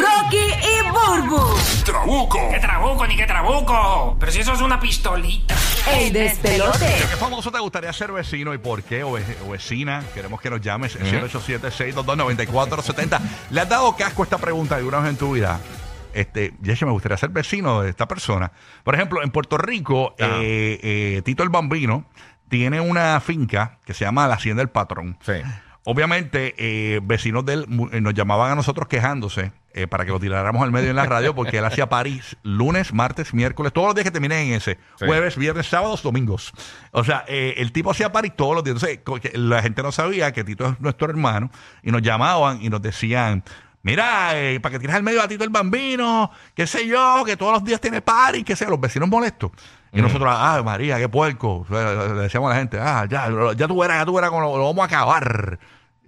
Rocky y Burbu. Trabuco. ¿Qué trabuco ni qué trabuco? Pero si eso es una pistolita. El ¿De despelote. qué famoso te gustaría ser vecino y por qué? O, ve- o vecina, queremos que nos llames. 787-622-9470. ¿Le has dado casco a esta pregunta alguna vez en tu vida? Este, Yeshi, me gustaría ser vecino de esta persona. Por ejemplo, en Puerto Rico, eh, eh, Tito el Bambino tiene una finca que se llama La Hacienda del Patrón. Sí. Obviamente, eh, vecinos de él mu- eh, nos llamaban a nosotros quejándose eh, para que lo tiráramos al medio en la radio porque él hacía París lunes, martes, miércoles, todos los días que terminen en ese. Sí. Jueves, viernes, sábados, domingos. O sea, eh, el tipo hacía París todos los días. Entonces, co- que la gente no sabía que Tito es nuestro hermano y nos llamaban y nos decían... Mira, eh, para que tires al medio a Tito el Bambino, qué sé yo, que todos los días tiene party, qué sé yo, los vecinos molestos. Y nosotros, ah, María, qué puerco. Le decíamos a la gente, ah, ya, ya tú verás, ya tú verás, con lo- lo vamos a acabar.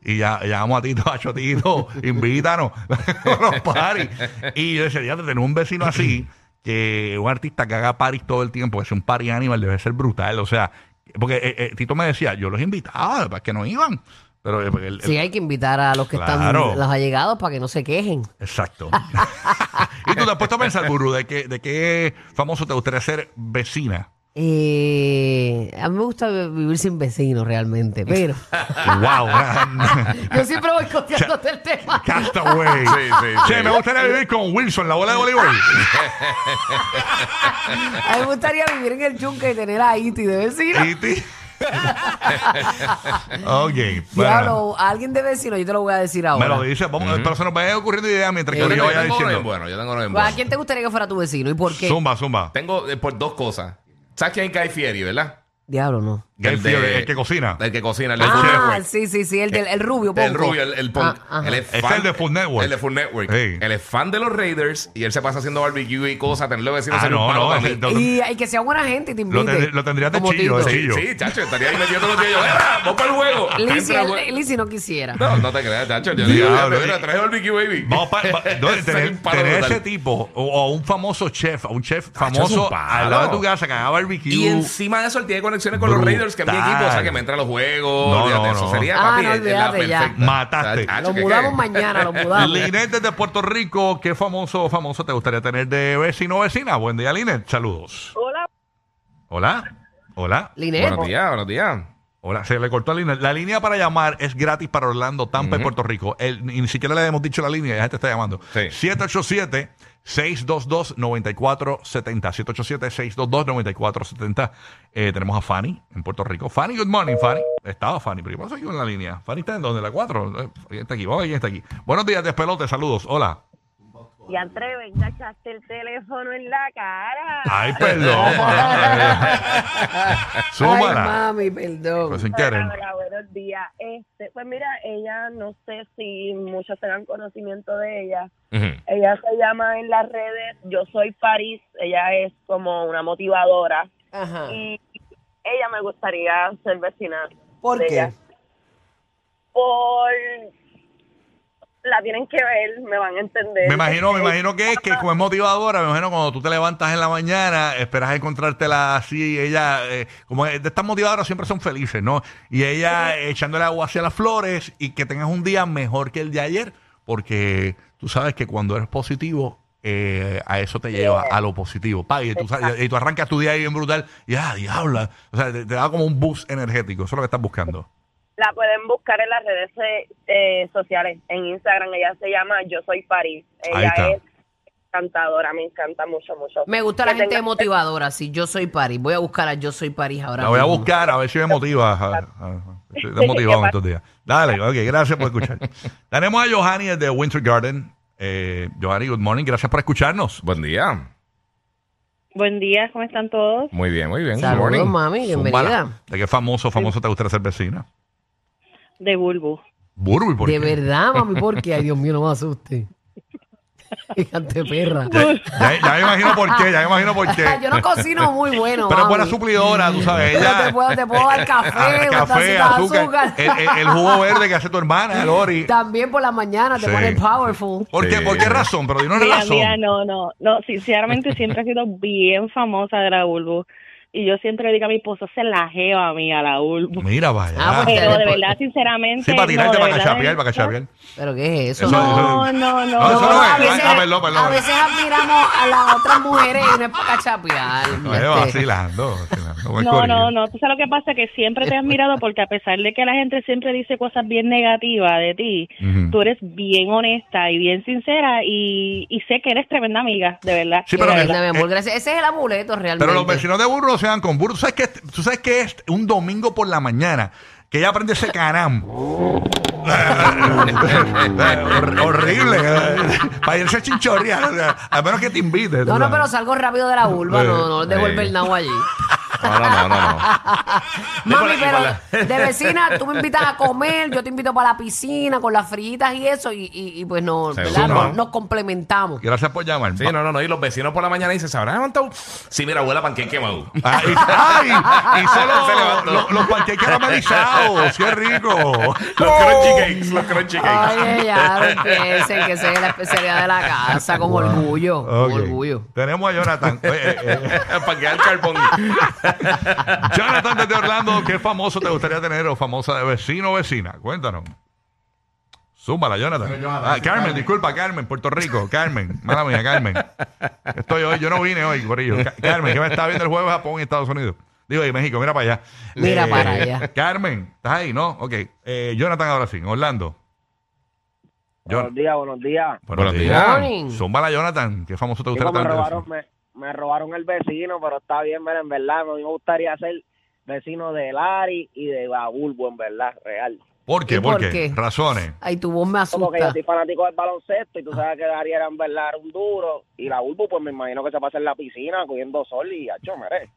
Y ya llamamos a Tito, a Chotito, invítanos a los paris. Y yo decía, ya tener un vecino así, que un artista que haga paris todo el tiempo, que sea un party animal, debe ser brutal. O sea, porque eh, eh, Tito me decía, yo los invitaba, para que no iban. Pero eh, porque el- Sí, hay que invitar a los que Claro. están los allegados para que no se quejen. Exacto. y tú te has puesto a pensar, Guru, de qué, de qué famoso te gustaría ser vecina. Eh, a mí me gusta vi- vivir sin vecinos realmente, pero wow. yo siempre voy copiándote el tema. Castaway. Sí, sí, sí. Che, me gustaría vivir con Wilson, la bola de voleibol. A mí me gustaría vivir en el yunque y tener a Iti de vecino. Y ti- ok. Bueno, Diablo, a alguien de vecino, yo te lo voy a decir me ahora. lo dice. Vamos, Pero se nos vaya ocurriendo ideas mientras Yo que yo tengo, yo vaya tengo uno bien diciendo. bueno, yo tengo uno bien Pues, ¿A bueno. quién te gustaría que fuera tu vecino y por pues. qué? Zumba, zumba. Tengo eh, por dos cosas. ¿Sabes quién es Guy Fieri, verdad? Diablo, no. Guy de- Fieri, el que cocina. El que cocina, el del Food Ah, Network. sí, sí, sí, el, del, el rubio. El pongo. rubio, el, el punk. Ah, ajá. Él Es el de Food Network. El de Food Network. Sí. Él es fan de los Raiders y él se pasa haciendo barbecue y cosas, tenerlo vecino Ah, ser no, un palo no, para ese- mí. no, Y, y que sea buena gente y te Lo, invite. tendría- lo tendrías de Como chillo, de chillo. Tito. Sí, chacho, estaría ahí metido todos los días. Yo, ¡Ah, ¡Vamos para el juego! Lizzy, Entra, él- güey. Lizzy no quisiera. No, no te creas, chacho. Yo digo, Diablo, mira, eh. traje barbecue, baby. Vamos pa- va- no, Soy tener, un palo tener brutal. ese tipo o, o un famoso chef, un es chef un famoso palo. al lado de tu casa que haga barbecue. Y encima de eso, él tiene conexiones con Brutal. los Raiders, que es mi equipo, o sea, que me entra a los juegos. No, olvídate, no, eso no. sería Ah, papi, no, es- es la olvídate ya. perfecta. Mataste. O sea, Lo ¿qué- mudamos qué? mañana, lo mudamos. Linet desde Puerto Rico, ¿qué famoso o famoso te gustaría tener de vecino o vecina? Buen día, Linet. Saludos. Hola, Hola. Hola. Linet. Buenos días, buenos días. Hola. Se le cortó la línea. La línea para llamar es gratis para Orlando, Tampa y Puerto Rico. El- ni ni siquiera le hemos dicho la línea, ya gente está llamando. Sí. 787 622 9470 787 622 9470 eh, Tenemos a Fanny en Puerto Rico. Fanny, good morning, Fanny. Estaba Fanny, pero ¿qué pasa aquí en la línea? Fanny está en donde, la 4. Está aquí, vamos, ella está aquí. Buenos días, despelote, saludos. Hola. y André, venga, echaste el teléfono en la cara. Ay, perdón. Ay, Súmala. mami, perdón. Pues sin querer. Hola, hola, buenos días. Este, pues mira, ella, no sé si muchos tengan conocimiento de ella. Ella se llama en las redes Yo Soy París. Ella es como una motivadora. Ajá. Y ella me gustaría ser vecina. ¿Por de qué? ella. Por. La tienen que ver, me van a entender. Me imagino, me imagino que es que como es motivadora, me imagino cuando tú te levantas en la mañana, esperas encontrártela así, ella, eh, como es de estas motivadoras siempre son felices, ¿no? Y ella eh, echándole agua hacia las flores y que tengas un día mejor que el de ayer, porque tú sabes que cuando eres positivo, eh, a eso te lleva, a lo positivo. Pa, y, tú, sabes- y tú arrancas tu día ahí bien brutal, y ah, diabla, o sea, te, te da como un boost energético, eso es lo que estás buscando. La pueden buscar en las redes eh, eh, sociales, en Instagram. Ella se llama Yo Soy París. Ahí Ella está. es cantadora, me encanta mucho, mucho. Me gusta la Que gente tenga- motivadora. Si yo soy París, voy a buscar a Yo soy París ahora. La voy a mismo. buscar a ver si me motiva. Ajá, ajá. Estoy desmotivado en estos días. Dale, ok, gracias por escuchar. Tenemos a Johanny de Winter Garden. Eh, Johanny, good morning, gracias por escucharnos. Buen día. Buen día, ¿cómo están todos? Muy bien, muy bien. Good Saludos, morning. mami. Zúmbala. Bienvenida. ¿De qué famoso, famoso te gustaría ser vecina? De Bulbu. Burby, ¿por De qué? verdad, mami, porque ay Dios mío, no me asuste. Gigante perra. Ah, Ya, ya- ya me imagino por qué, ya me imagino por qué. Yo no cocino muy bueno. Pero es mami. buena suplidora, tú sabes. Pero Ella, Ah, te puedo- te puedo dar café, una tacita de azúcar. El, el- el jugo verde que hace tu hermana, Lori. También por la mañana te Sí. ponen powerful. ¿Por qué, Sí. ¿Por qué razón? Pero dinos la Mira, razón. mira, no, no, no, sinceramente siempre he sido bien famosa de la Bulbo. Y yo siempre le digo a mi esposo, se la jeva a mí, a la Bulbo. Mira, vaya. Ah, pues, Pero de por- verdad, sinceramente. sí, para tirarte, no, de para verdad, eh. cachapear, para cachapear. ¿Pero qué es eso? Eso- No. No, no, no. No, eso no a es. veces- Ah, perdón, perdón. a veces admiramos a las otras mujeres y no es para cachapear. Oye, este. vacilando, vacilando, buen No, corillo. no, no. Tú sabes lo que pasa, que siempre te has mirado porque a pesar de que la gente siempre dice cosas bien negativas de ti, Ujú. tú eres bien honesta y bien sincera y, y sé que eres tremenda amiga, de verdad. Sí, de pero- verdad. Linda, mi amor, eh, gracias. Ese es el amuleto realmente. Pero los vecinos de burro no se dan con burro. ¿Tú sabes que, tú sabes que es un domingo por la mañana? Que ella aprende ese canam. Hor- horrible. Para irse a chinchorrear. o sea, A menos que te invite. tú No, no, sabes. pero salgo rápido de la vulva, no, no les devuelve Eh. el nabo allí. No, no, no, no. no. Mami, Y por pero la- y por de vecina, tú me invitas a comer, yo te invito para la piscina con las fritas y eso, y, y, y pues no, Se ¿verdad? suma. No- nos complementamos. Gracias por llamar. Sí, no, no, no. Y los vecinos por la mañana dicen, ¿se habrán levantado? Sí, mira, abuela, panqueque quemado. Ah, y, ay, y Se solo levantó. los, los panqueques caramelizados. Qué rico. Los crunchy cakes, los crunchy cakes. Oh. Ay, ya, no empiecen, que esa es la especialidad de la casa, con orgullo, Ok. con orgullo. Tenemos a Jonathan. Oye, eh, eh, Panquear el carbón. Jonathan desde Orlando, ¿qué famoso te gustaría tener o famosa de vecino o vecina? Cuéntanos. Súmala, Jonathan. Ah, Carmen, disculpa, Carmen, Puerto Rico. Carmen, mala mía, Carmen. Estoy hoy, yo no vine hoy, Corillo. Ca- Carmen, que me estaba viendo el juego de Japón y Estados Unidos. Digo, y México, mira para allá. Eh, Mira para allá. Carmen, ¿estás ahí? No, ok. Eh, Jonathan, ahora sí, Orlando. Jon- Buenos días, buenos días. Buenos días. Morning. Zúmbala, Jonathan. ¿Qué famoso te gustaría Chicos, me tener? de robaron, vecino? me, me robaron el vecino, pero está bien, mira, en verdad, a mí me gustaría ser vecino de Lari y de Babulbo, en verdad, real. ¿Por ¿Y qué? ¿Por por qué? qué? Razones. Ay, tu voz me Como que yo asusta. soy fanático del baloncesto y tú sabes que Lari era en verdad era un duro y la Bulbo, pues me imagino que se pasa en la piscina cogiendo sol y hacho, mere.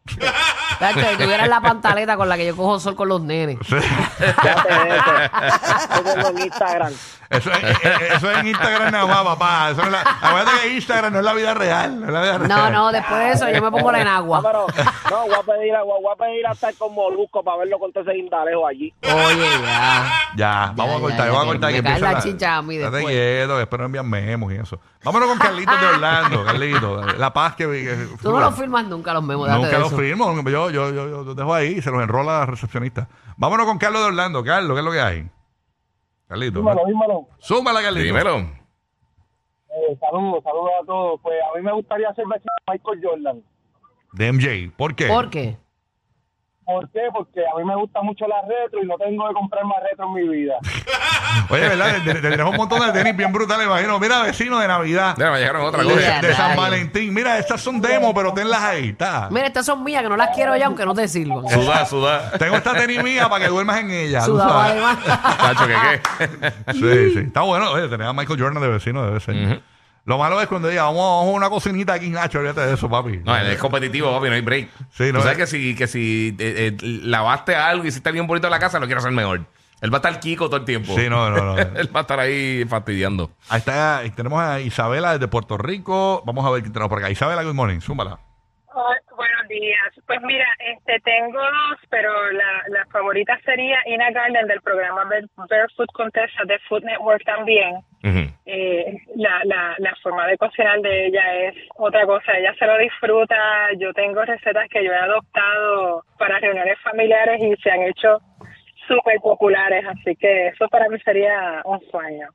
Tacho, si tuvieras la pantaleta con la que yo cojo sol con los nenes. Fíjate de eso. Yo tengo en Instagram. Eso es, eh, eh, eso es en Instagram nada más, papá. Eso es la, acuérdate que Instagram no es la vida real. No, es la vida No, real. no, después de eso yo me pongo la No, enagua. pero, no, voy a pedir a, voy a, pedir a estar con Molusco para verlo con todo ese indalejo allí. Oye, ya. Ya, vamos a ya, cortar, ya, vamos a ya, cortar. me que cae empieza la chicha a mí Estate después. quieto, después no envían memos y eso. Vámonos con Carlitos de Orlando, Carlitos. La paz que... que- Tú no los firmas nunca los memos, date Nunca de los eso. firmo. Yo, yo, yo, yo los dejo ahí y se los enrola la recepcionista. Vámonos con Carlos de Orlando. Carlos, ¿qué es lo que hay? Carlitos. Dímelo, dímelo. Súmala, Carlitos. Dímelo. Eh, saludos, saludos a todos. Pues a mí me gustaría ser vecino de Michael Jordan. De MJ. ¿Por qué? ¿Por qué? ¿Por qué? Porque a mí me gusta mucho la retro y no tengo que comprar más retro en mi vida. Oye, ¿verdad? Te- te- Tenemos un montón de tenis bien brutales, imagino. Mira, vecino de Navidad. Ya, me llegaron otra de, Mira. cosa. de San rayos. Valentín. Mira, estas son demos, pero tenlas ahí. Está. Mira, estas son mías que no las quiero ya, aunque no te sirvan. Sudá, sudá. Tengo esta tenis mía para que duermas en ella. tú Sudaba sabes. además. Tacho, ¿qué qué? Sí, sí. Está bueno. Oye, tener a Michael Jordan de vecino debe ser. Lo malo es cuando diga, vamos, vamos a una cocinita aquí, Nacho. Olvídate de eso, papi. No, es competitivo, papi, no hay break. Sí, no Tú sabes es- que si, que si eh, eh, lavaste algo y hiciste bien bonito en la casa, lo quieres hacer mejor. Él va a estar Kiko todo el tiempo. Sí, no, no, no. Él va a estar ahí fastidiando. Ahí está. y Tenemos a Isabela desde Puerto Rico. Vamos a ver qué tenemos por acá. Isabela, good morning. Súmala. buenos días. Pues mira, este tengo dos, pero la, la favorita sería Ina Garden del programa Bare- Barefoot Contessa de Food Network también. Ujú. Eh, la, la, la forma de cocinar de ella es otra cosa, ella se lo disfruta. Ah, Yo tengo recetas que yo he adoptado para reuniones familiares y se han hecho súper populares, así que eso para mí sería un sueño.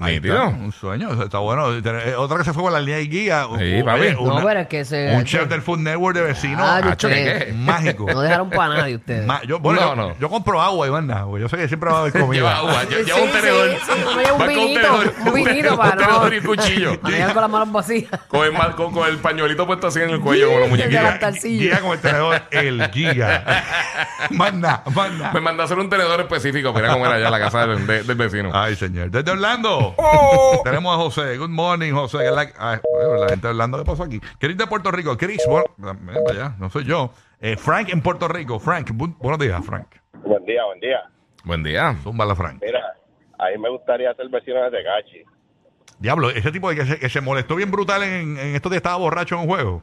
Ahí está. Nítido. Un sueño. eso Está bueno. Eh, Otra que se fue con la línea y guía. Sí, papi. Oye, No, una- pero es que se. un chef del Food Network de vecino. Ay, ah, Tacho, ¿qué ustedes. qué? Mágico. No dejaron para nadie ustedes. Ma- yo, bueno, No, yo, no. yo compro agua y más nada, porque yo sé que siempre va a haber Lleva comida. agua, lle- Sí, lleva un sí, tenedor. sí, uno lleva un Va con vinito, un vinito un para no- tenedor y un cuchillo. Para no llegar con las manos vacías. con, el, mal- con, con el pañuelito puesto así en el cuello, con los Desde muñequitos. la tarcilla. Guía con el tenedor, el guía. más nada, más nada. Me mandó a hacer un tenedor específico para ir a comer allá a la casa del, de- del vecino. Ay, señor. Desde Orlando. Oh. Tenemos a José. Good morning, José. que es la, ay, bueno, la gente de Orlando, ¿qué pasó aquí? Chris de Puerto Rico. Chris, bueno, ven para allá, no soy yo. Eh, Frank en Puerto Rico. Frank, bu- buenos días, Frank. Buen día, buen día. Buen día. Zúmbala, Frank. Mira, a mí me gustaría ser vecino de Tegachi. Diablo, ese tipo de que se, que se molestó bien brutal en, en esto de estaba borracho en un juego.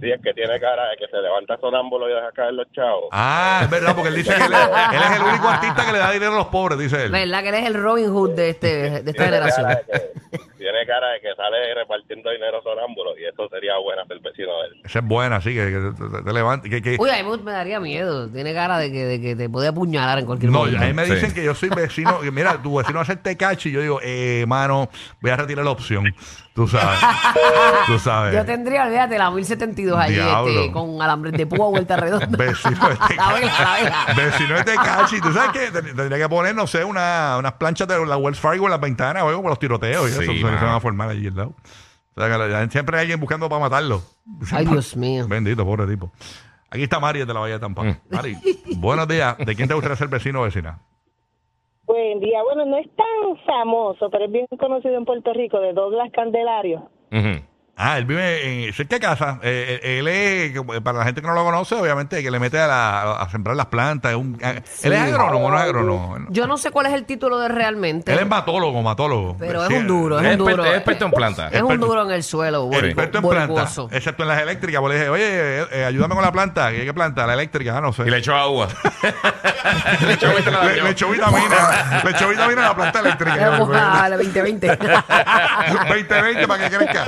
Sí, es que tiene cara de que se levanta sonámbulo y deja caer los chavos. Ah, es verdad, porque él dice que él, es- él es el único artista que le da dinero a los pobres, dice él. ¿Verdad que eres el Robin Hood de, este, de esta Tiene generación? cara de que- tiene cara de que sale repartiendo dinero sonámbulo y eso sería buena para el vecino de él. Esa es buena, así que, que te- te, te levanta- que- que- Uy, a mí me daría miedo. Tiene cara de que, de que te puede apuñalar en cualquier No, momento. a mí me Sí. dicen que yo soy vecino. que mira, tu vecino hace el tecachi. Yo digo, eh, mano, voy a retirar la opción. Tú sabes. Tú sabes. Yo tendría, olvídate, la 1072 allí Diablo. este, con alambres de púa vuelta redonda. Vecino de La vela, la vela. Tecachi. Vecino de Tecachi. ¿Tú sabes qué? Ten- Tendría que poner, no sé, una, unas planchas de la Wells Fargo en las ventanas o algo para los tiroteos. y Sí, eso, que se mano. van a formar allí al lado. O sea, que la- siempre hay alguien buscando para matarlo. Ay, Dios mío. Bendito, pobre tipo. Aquí está Mari de la Bahía de Tampa. Mm. Mari, buenos días. ¿De quién te gustaría ser vecino o vecina? Buen día. Bueno, no es tan famoso, pero es bien conocido en Puerto Rico, de Douglas Candelario. Ujú. Ah, él vive en cerca de casa. Eh, eh, él es, que, para la gente que no lo conoce, obviamente, que le mete a, la- a sembrar las plantas. es un- a- Él es agrónomo, no es agrónomo. Yo no sé cuál es el título de realmente. Él es matólogo, matólogo. Pero es Sí, un duro, es Es un duro. experto- es experto en planta. Es un duro en el suelo, bor- Experto en bor- plantas, Eh, borboso. excepto en las eléctricas. Porque le dije, oye, eh, eh, ayúdame con la planta. ¿Qué, qué planta? La eléctrica, ah, no sé. Y le echó agua. le echó agua y te la Le- dañó. le echó vitamina. le echó vitamina a la planta eléctrica. Vamos a la 2020. 2020 para que crezca.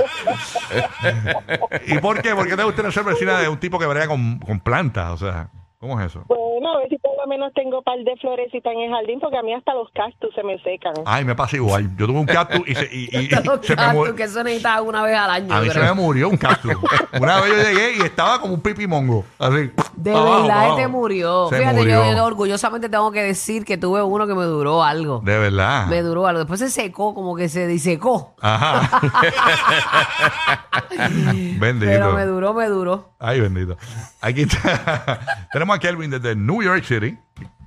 ¿Y por qué? ¿Por qué te gustaría ser vecina de un tipo que brega con, con plantas? O sea, ¿cómo es eso? Bueno, a ver si por lo menos tengo un par de florecitas en el jardín, porque a mí hasta los cactus se me secan. Ay, me pasa igual. Yo tuve un cactus y se, y, y- y se me Tanto murió. que eso necesitas una vez al año. A mí yo se creo. me murió un cactus. Una vez yo llegué y estaba como un pipimongo. Así. De pa' abajo, pa' verdad, este abajo. murió. Se Fíjate, murió. Yo, yo orgullosamente tengo que decir que tuve uno que me duró algo. De verdad. Me duró algo. Después se secó, como que se disecó. Ajá. bendito. Pero me duró, me duró. Ay, bendito. Aquí está. Tenemos a Kelvin desde New York City.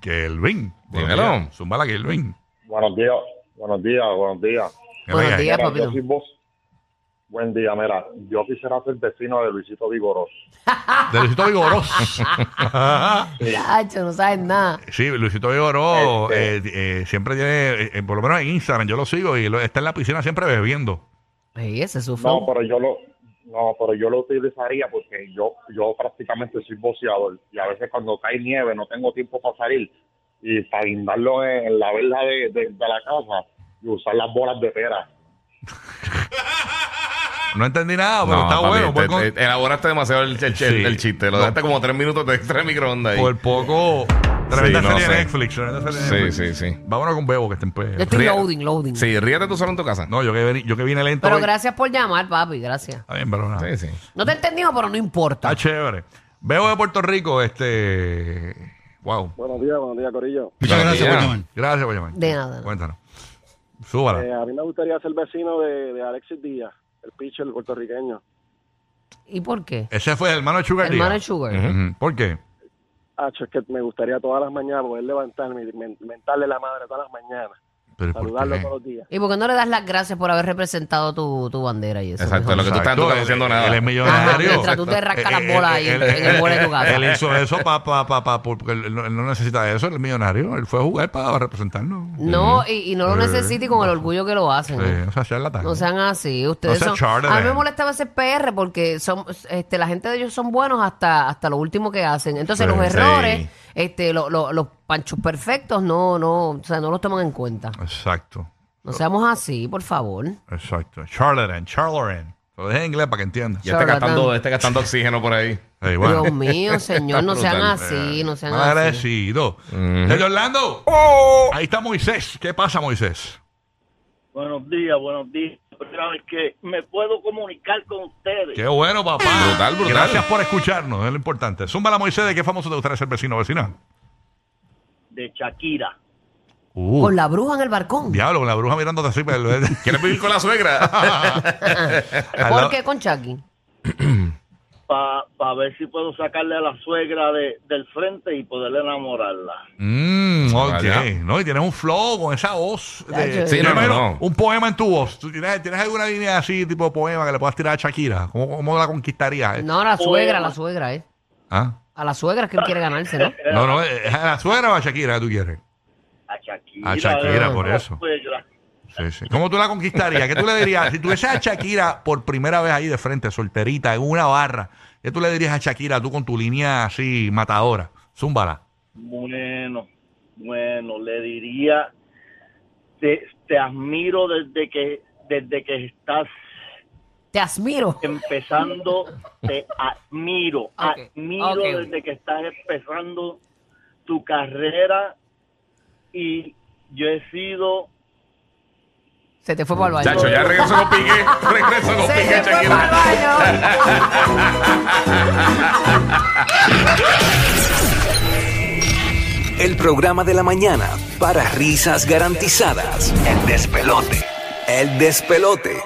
Kelvin. Buenos Dímelo. días. Zúmbala, Kelvin. Buenos días, buenos días, buenos días. Buenos Mira, días, Mira, papito. yo soy vos- Buen día, mira, yo quisiera ser vecino de Luisito Vigoroso. De Luisito Vigorós. Chacho, no sabes nada. Sí, Luisito Vigoró Este. eh, eh, siempre tiene, eh, eh, por lo menos en Instagram, yo lo sigo y lo- está en la piscina siempre bebiendo. Ey, ese es su No, flow. pero yo lo no, pero yo lo utilizaría porque yo yo prácticamente soy boceador y a veces cuando cae nieve no tengo tiempo para salir y para guindarlo en, en la verja de, de- de la casa y usar las bolas de pera. No entendí nada, Ah, pero No, está papi, este, bueno. te- buen con- te- elaboraste demasiado el, el- el- el chiste. Lo No. dejaste como tres minutos de extra microondas ahí. Por poco. Tremenda no serie de sé. Netflix. Tremenda serie de Sí, Netflix. sí, sí. Vámonos con Bebo, que está en Yo pe- estoy Ría- loading, loading. Sí, ríete tú solo en tu casa. No, yo que, vení- yo que vine lento. Pero hoy. gracias por llamar, papi, gracias. Está bien, pero nada. Sí, sí. No te he entendido, pero no importa. Está chévere. Bebo de Puerto Rico, este. Wow. Buenos días, buenos días, Corillo. Muchas Claro que gracias ya. por llamar. Gracias por llamar. De nada. Cuéntanos. Eh, Súbala. Eh, a mí me gustaría ser vecino de, Alexis Díaz, el pitcher puertorriqueño. ¿Y por qué? Ese fue el hermano de Sugar Hermano Díaz. Sugar. Ujú. ¿Por qué? Hacho, es que me gustaría todas las mañanas poder levantarme y men- mentarle la madre todas las mañanas. Pero, ¿por Saludarlo qué? todos los días. ¿Y por qué no le das las gracias por haber representado tu, tu bandera y eso? Exacto, mejor? lo que tú estás en tu Exacto, casa haciendo él- nada. Él es Ajá, millonario. Eh, mientras tú te rascas las bolas ahí en, en el bol de tu casa. Él hizo eso pa, pa, pa, pa, porque él no, él no necesita eso, él es millonario. Él fue a jugar para representarnos. No, y, y no lo Eh, necesito y con el orgullo que lo hacen. Sí, o sea, charlatán. No sean así, ustedes No sean son... A mí me charlatán. molestaba ese PR porque son, este, la gente de ellos son buenos hasta, hasta lo último que hacen. Entonces Sí, los sí. errores, este, lo- lo- los panchos perfectos, no, no, o sea, no los toman en cuenta. Exacto, No seamos así, por favor. exacto. Charlatan, charlatan. Lo dejé en inglés para que entiendas. Ya está Charlatán. gastando, está gastando oxígeno por ahí. Ey, bueno. Dios mío, señor, no Está sean brutal. así, no sean Mal así. agradecido. Ujú. Señor Orlando. Oh. Ahí está Moisés. ¿Qué pasa, Moisés? Buenos días, buenos días. Primera vez que me puedo comunicar con ustedes. Qué bueno, papá. Brutal, brutal. Gracias por escucharnos, es lo importante. Zúmbala, Moisés, ¿de qué famoso te gustaría ser vecino o vecina? De Shakira. Uh, Con la bruja en el barcón. Diablo, con la bruja mirándote así. pero- ¿Quieres vivir con la suegra? Al ¿Por lado- qué con Chucky? Para ver si puedo sacarle a la suegra de, del frente y poder enamorarla. Mm, ok. Allá. No, y tienes un flow con esa voz. de- Sí, Yo no, no, imagino no. Un poema en tu voz. ¿Tú tienes, tienes alguna línea así, tipo poema, que le puedas tirar a Shakira? ¿Cómo, cómo la conquistarías? eh? No, a la suegra, a la Poema. suegra, ¿eh? ¿Ah? A la suegra es que él quiere ganarse, ¿no? No, no, ¿es a la suegra o a Shakira que tú quieres? A Shakira. A Shakira, eh, por a la eso. suegra. Sí, sí. ¿Cómo tú la conquistarías? ¿Qué tú le dirías? Si tuviese a Shakira por primera vez ahí de frente, solterita, en una barra, ¿qué tú le dirías a Shakira tú con tu línea así matadora? Zúmbala. Bueno, bueno, le diría, te, te admiro desde que, desde que estás Te admiro. empezando, te admiro, Ok, admiro ok. desde que estás empezando tu carrera y yo he sido Se te fue para el baño. Chacho, ya regreso con Piqué. Regreso con Se Piqué, te fue para el Shakira. baño. El programa de la mañana para risas garantizadas. El despelote. El despelote.